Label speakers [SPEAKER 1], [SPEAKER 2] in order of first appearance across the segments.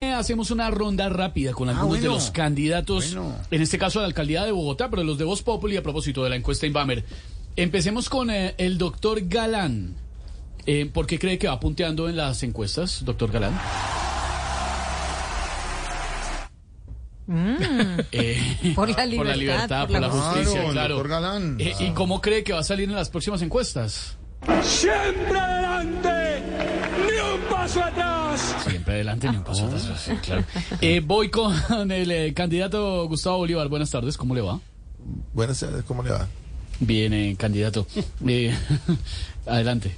[SPEAKER 1] mañana Eh, hacemos una ronda rápida con algunos de
[SPEAKER 2] Ah, bueno.
[SPEAKER 1] los candidatos,
[SPEAKER 2] Bueno.
[SPEAKER 1] en este caso a la alcaldía de Bogotá, pero los de Voz Populi a propósito de la encuesta Inbamer. Empecemos con eh, el doctor Galán. Eh, ¿Por qué cree que va punteando en las encuestas, doctor Galán? Eh,
[SPEAKER 3] Por la
[SPEAKER 1] por la libertad, por la
[SPEAKER 3] justicia.
[SPEAKER 1] justicia,
[SPEAKER 2] Claro, el
[SPEAKER 1] claro.
[SPEAKER 2] doctor Galán.
[SPEAKER 1] Eh, ¿Y cómo cree que va a salir en las próximas encuestas?
[SPEAKER 4] Siempre adelante, ni un paso atrás.
[SPEAKER 1] Siempre adelante, ni un paso atrás, sí, claro. Eh, voy con el eh, candidato Gustavo Bolívar. Buenas tardes, ¿cómo le va?
[SPEAKER 2] Buenas tardes, ¿cómo le va?
[SPEAKER 1] Bien, eh, candidato. Eh, adelante.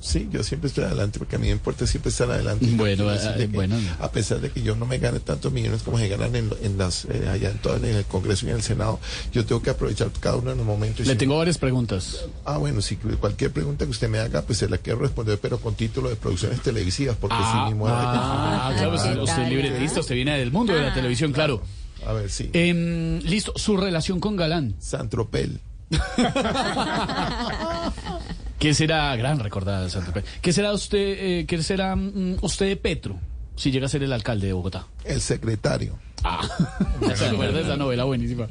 [SPEAKER 2] Sí, yo siempre estoy adelante, porque a mí me importa siempre estar adelante. Y
[SPEAKER 1] Bueno,
[SPEAKER 2] quiero decirle
[SPEAKER 1] ah,
[SPEAKER 2] que,
[SPEAKER 1] bueno.
[SPEAKER 2] A pesar de que yo no me gane tantos millones como se ganan en, en las, eh, allá en, todas- en el Congreso y en el Senado, yo tengo que aprovechar cada uno de los momentos. y
[SPEAKER 1] Le
[SPEAKER 2] si-
[SPEAKER 1] tengo varias preguntas.
[SPEAKER 2] Ah, bueno, si cualquier pregunta que usted me haga, pues se la quiero responder, pero con título de producciones televisivas, porque
[SPEAKER 1] Ah,
[SPEAKER 2] sí mismo...
[SPEAKER 1] ah, claro, usted, usted es libretista, usted viene del mundo de la televisión, claro.
[SPEAKER 2] A ver, sí.
[SPEAKER 1] Em, listo, su relación con Galán,
[SPEAKER 2] Santropel.
[SPEAKER 1] ¿qué será gran recordada de Santa Fe? ¿Qué será usted, eh, qué será mm, usted de Petro si llega a ser el alcalde de Bogotá?
[SPEAKER 2] El secretario.
[SPEAKER 1] Ah, ¿se acuerda de esa novela buenísima?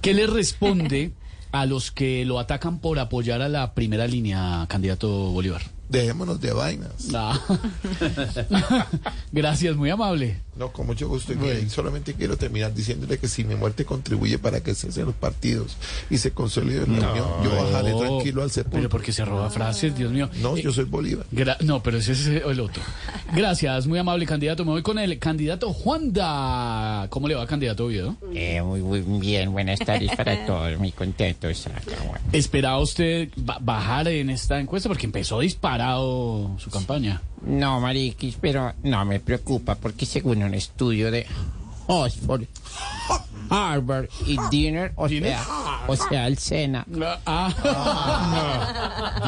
[SPEAKER 1] ¿Qué le responde a los que lo atacan por apoyar a la primera línea, candidato Bolívar?
[SPEAKER 2] Dejémonos de vainas.
[SPEAKER 1] Ah. Gracias, muy amable.
[SPEAKER 2] No, con mucho gusto. Y mire, solamente quiero terminar diciéndole que si mi muerte contribuye para que cesen los partidos y se consolide la unión, yo bajaré
[SPEAKER 1] No,
[SPEAKER 2] tranquilo al
[SPEAKER 1] Pero
[SPEAKER 2] sepulcro.
[SPEAKER 1] porque se roba frases, Dios mío.
[SPEAKER 2] No,
[SPEAKER 1] Eh,
[SPEAKER 2] yo soy Bolívar.
[SPEAKER 1] gra- no, pero ese es el otro. Gracias, muy amable candidato. Me voy con el candidato Juanda. ¿Cómo le va, candidato Oviedo?
[SPEAKER 5] Eh, muy, muy bien, buenas tardes para todos, muy contentos. acá, bueno.
[SPEAKER 1] ¿Esperaba usted ba- bajar en esta encuesta? Porque empezó disparado su campaña.
[SPEAKER 5] No, Mariquis, pero no me preocupa porque según un estudio de Oxford, Harvard y Dinner, o
[SPEAKER 1] ¿Dinner?
[SPEAKER 5] sea, o sea, el Sena,
[SPEAKER 1] Ah,
[SPEAKER 2] Ah.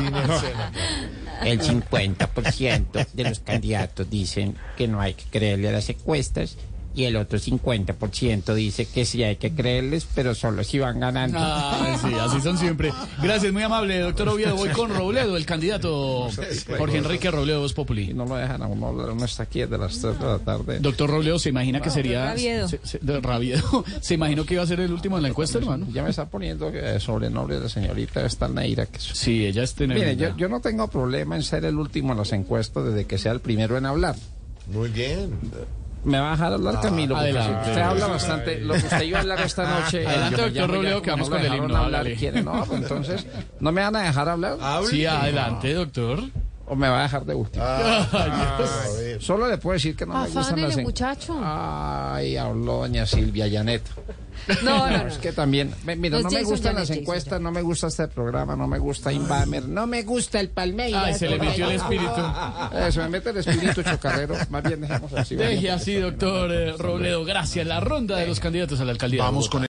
[SPEAKER 5] el 50% de los candidatos dicen que no hay que creerle a las encuestas y el otro 50% dice que sí hay que creerles, pero solo si van ganando.
[SPEAKER 1] Ah, sí, así son siempre. Gracias, muy amable, doctor Oviedo. Voy con Robledo, el candidato Jorge Enrique Robledo Voz Populi.
[SPEAKER 6] no lo dejan a uno hablar, uno está aquí desde las 3 de la tarde.
[SPEAKER 1] Doctor Robledo, ¿se imagina que sería...
[SPEAKER 3] Rabiedo.
[SPEAKER 1] Se, se- de- Rabiedo. ¿Se imaginó que iba a ser el último en la encuesta, hermano?
[SPEAKER 6] Ya me está poniendo eh, sobrenombre de señorita esta Neira. Que es-
[SPEAKER 1] Sí, ella es tener...
[SPEAKER 6] Mire, yo, yo no tengo problema en ser el último en las encuestas desde que sea el primero en hablar.
[SPEAKER 2] Muy bien.
[SPEAKER 6] Me va a dejar hablar Camilo, porque
[SPEAKER 1] Ah, adelante. Ah,
[SPEAKER 6] usted habla bastante. Lo que usted iba a hablar esta noche. eh,
[SPEAKER 1] Adelante,
[SPEAKER 6] yo me
[SPEAKER 1] doctor
[SPEAKER 6] llamo ya,
[SPEAKER 1] Robledo,
[SPEAKER 6] como
[SPEAKER 1] que vamos
[SPEAKER 6] no lo
[SPEAKER 1] con el
[SPEAKER 6] dejaron
[SPEAKER 1] himno, Ah.
[SPEAKER 6] hablar,
[SPEAKER 1] háblale.
[SPEAKER 6] ¿quiere? No, pues entonces, ¿no me van a dejar hablar?
[SPEAKER 1] Sí, adelante, doctor.
[SPEAKER 6] ¿O me va a dejar de último?
[SPEAKER 1] Ah. Ay, Dios.
[SPEAKER 2] A ver.
[SPEAKER 6] Solo le puedo decir que no me gustan las
[SPEAKER 3] Afánele,
[SPEAKER 6] en-
[SPEAKER 3] muchacho.
[SPEAKER 6] Ay, habló doña Silvia Llanet.
[SPEAKER 3] No, no,
[SPEAKER 6] No,
[SPEAKER 3] no.
[SPEAKER 6] es que también, me- mira,
[SPEAKER 3] Los
[SPEAKER 6] no me
[SPEAKER 3] Jason
[SPEAKER 6] gustan
[SPEAKER 3] Janet,
[SPEAKER 6] las
[SPEAKER 3] Jason
[SPEAKER 6] encuestas, no me gusta este programa, no me gusta Inbamer, no me gusta el Palmeiras.
[SPEAKER 1] Ay, se le metió el espíritu.
[SPEAKER 6] Eh, se me mete el espíritu chocarrero, más bien dejemos así.
[SPEAKER 1] Deje
[SPEAKER 6] ¿vale?
[SPEAKER 1] así, doctor eh, Robledo. Gracias. La ronda de los candidatos a la alcaldía. de
[SPEAKER 2] Vamos
[SPEAKER 1] Bogotá.
[SPEAKER 2] con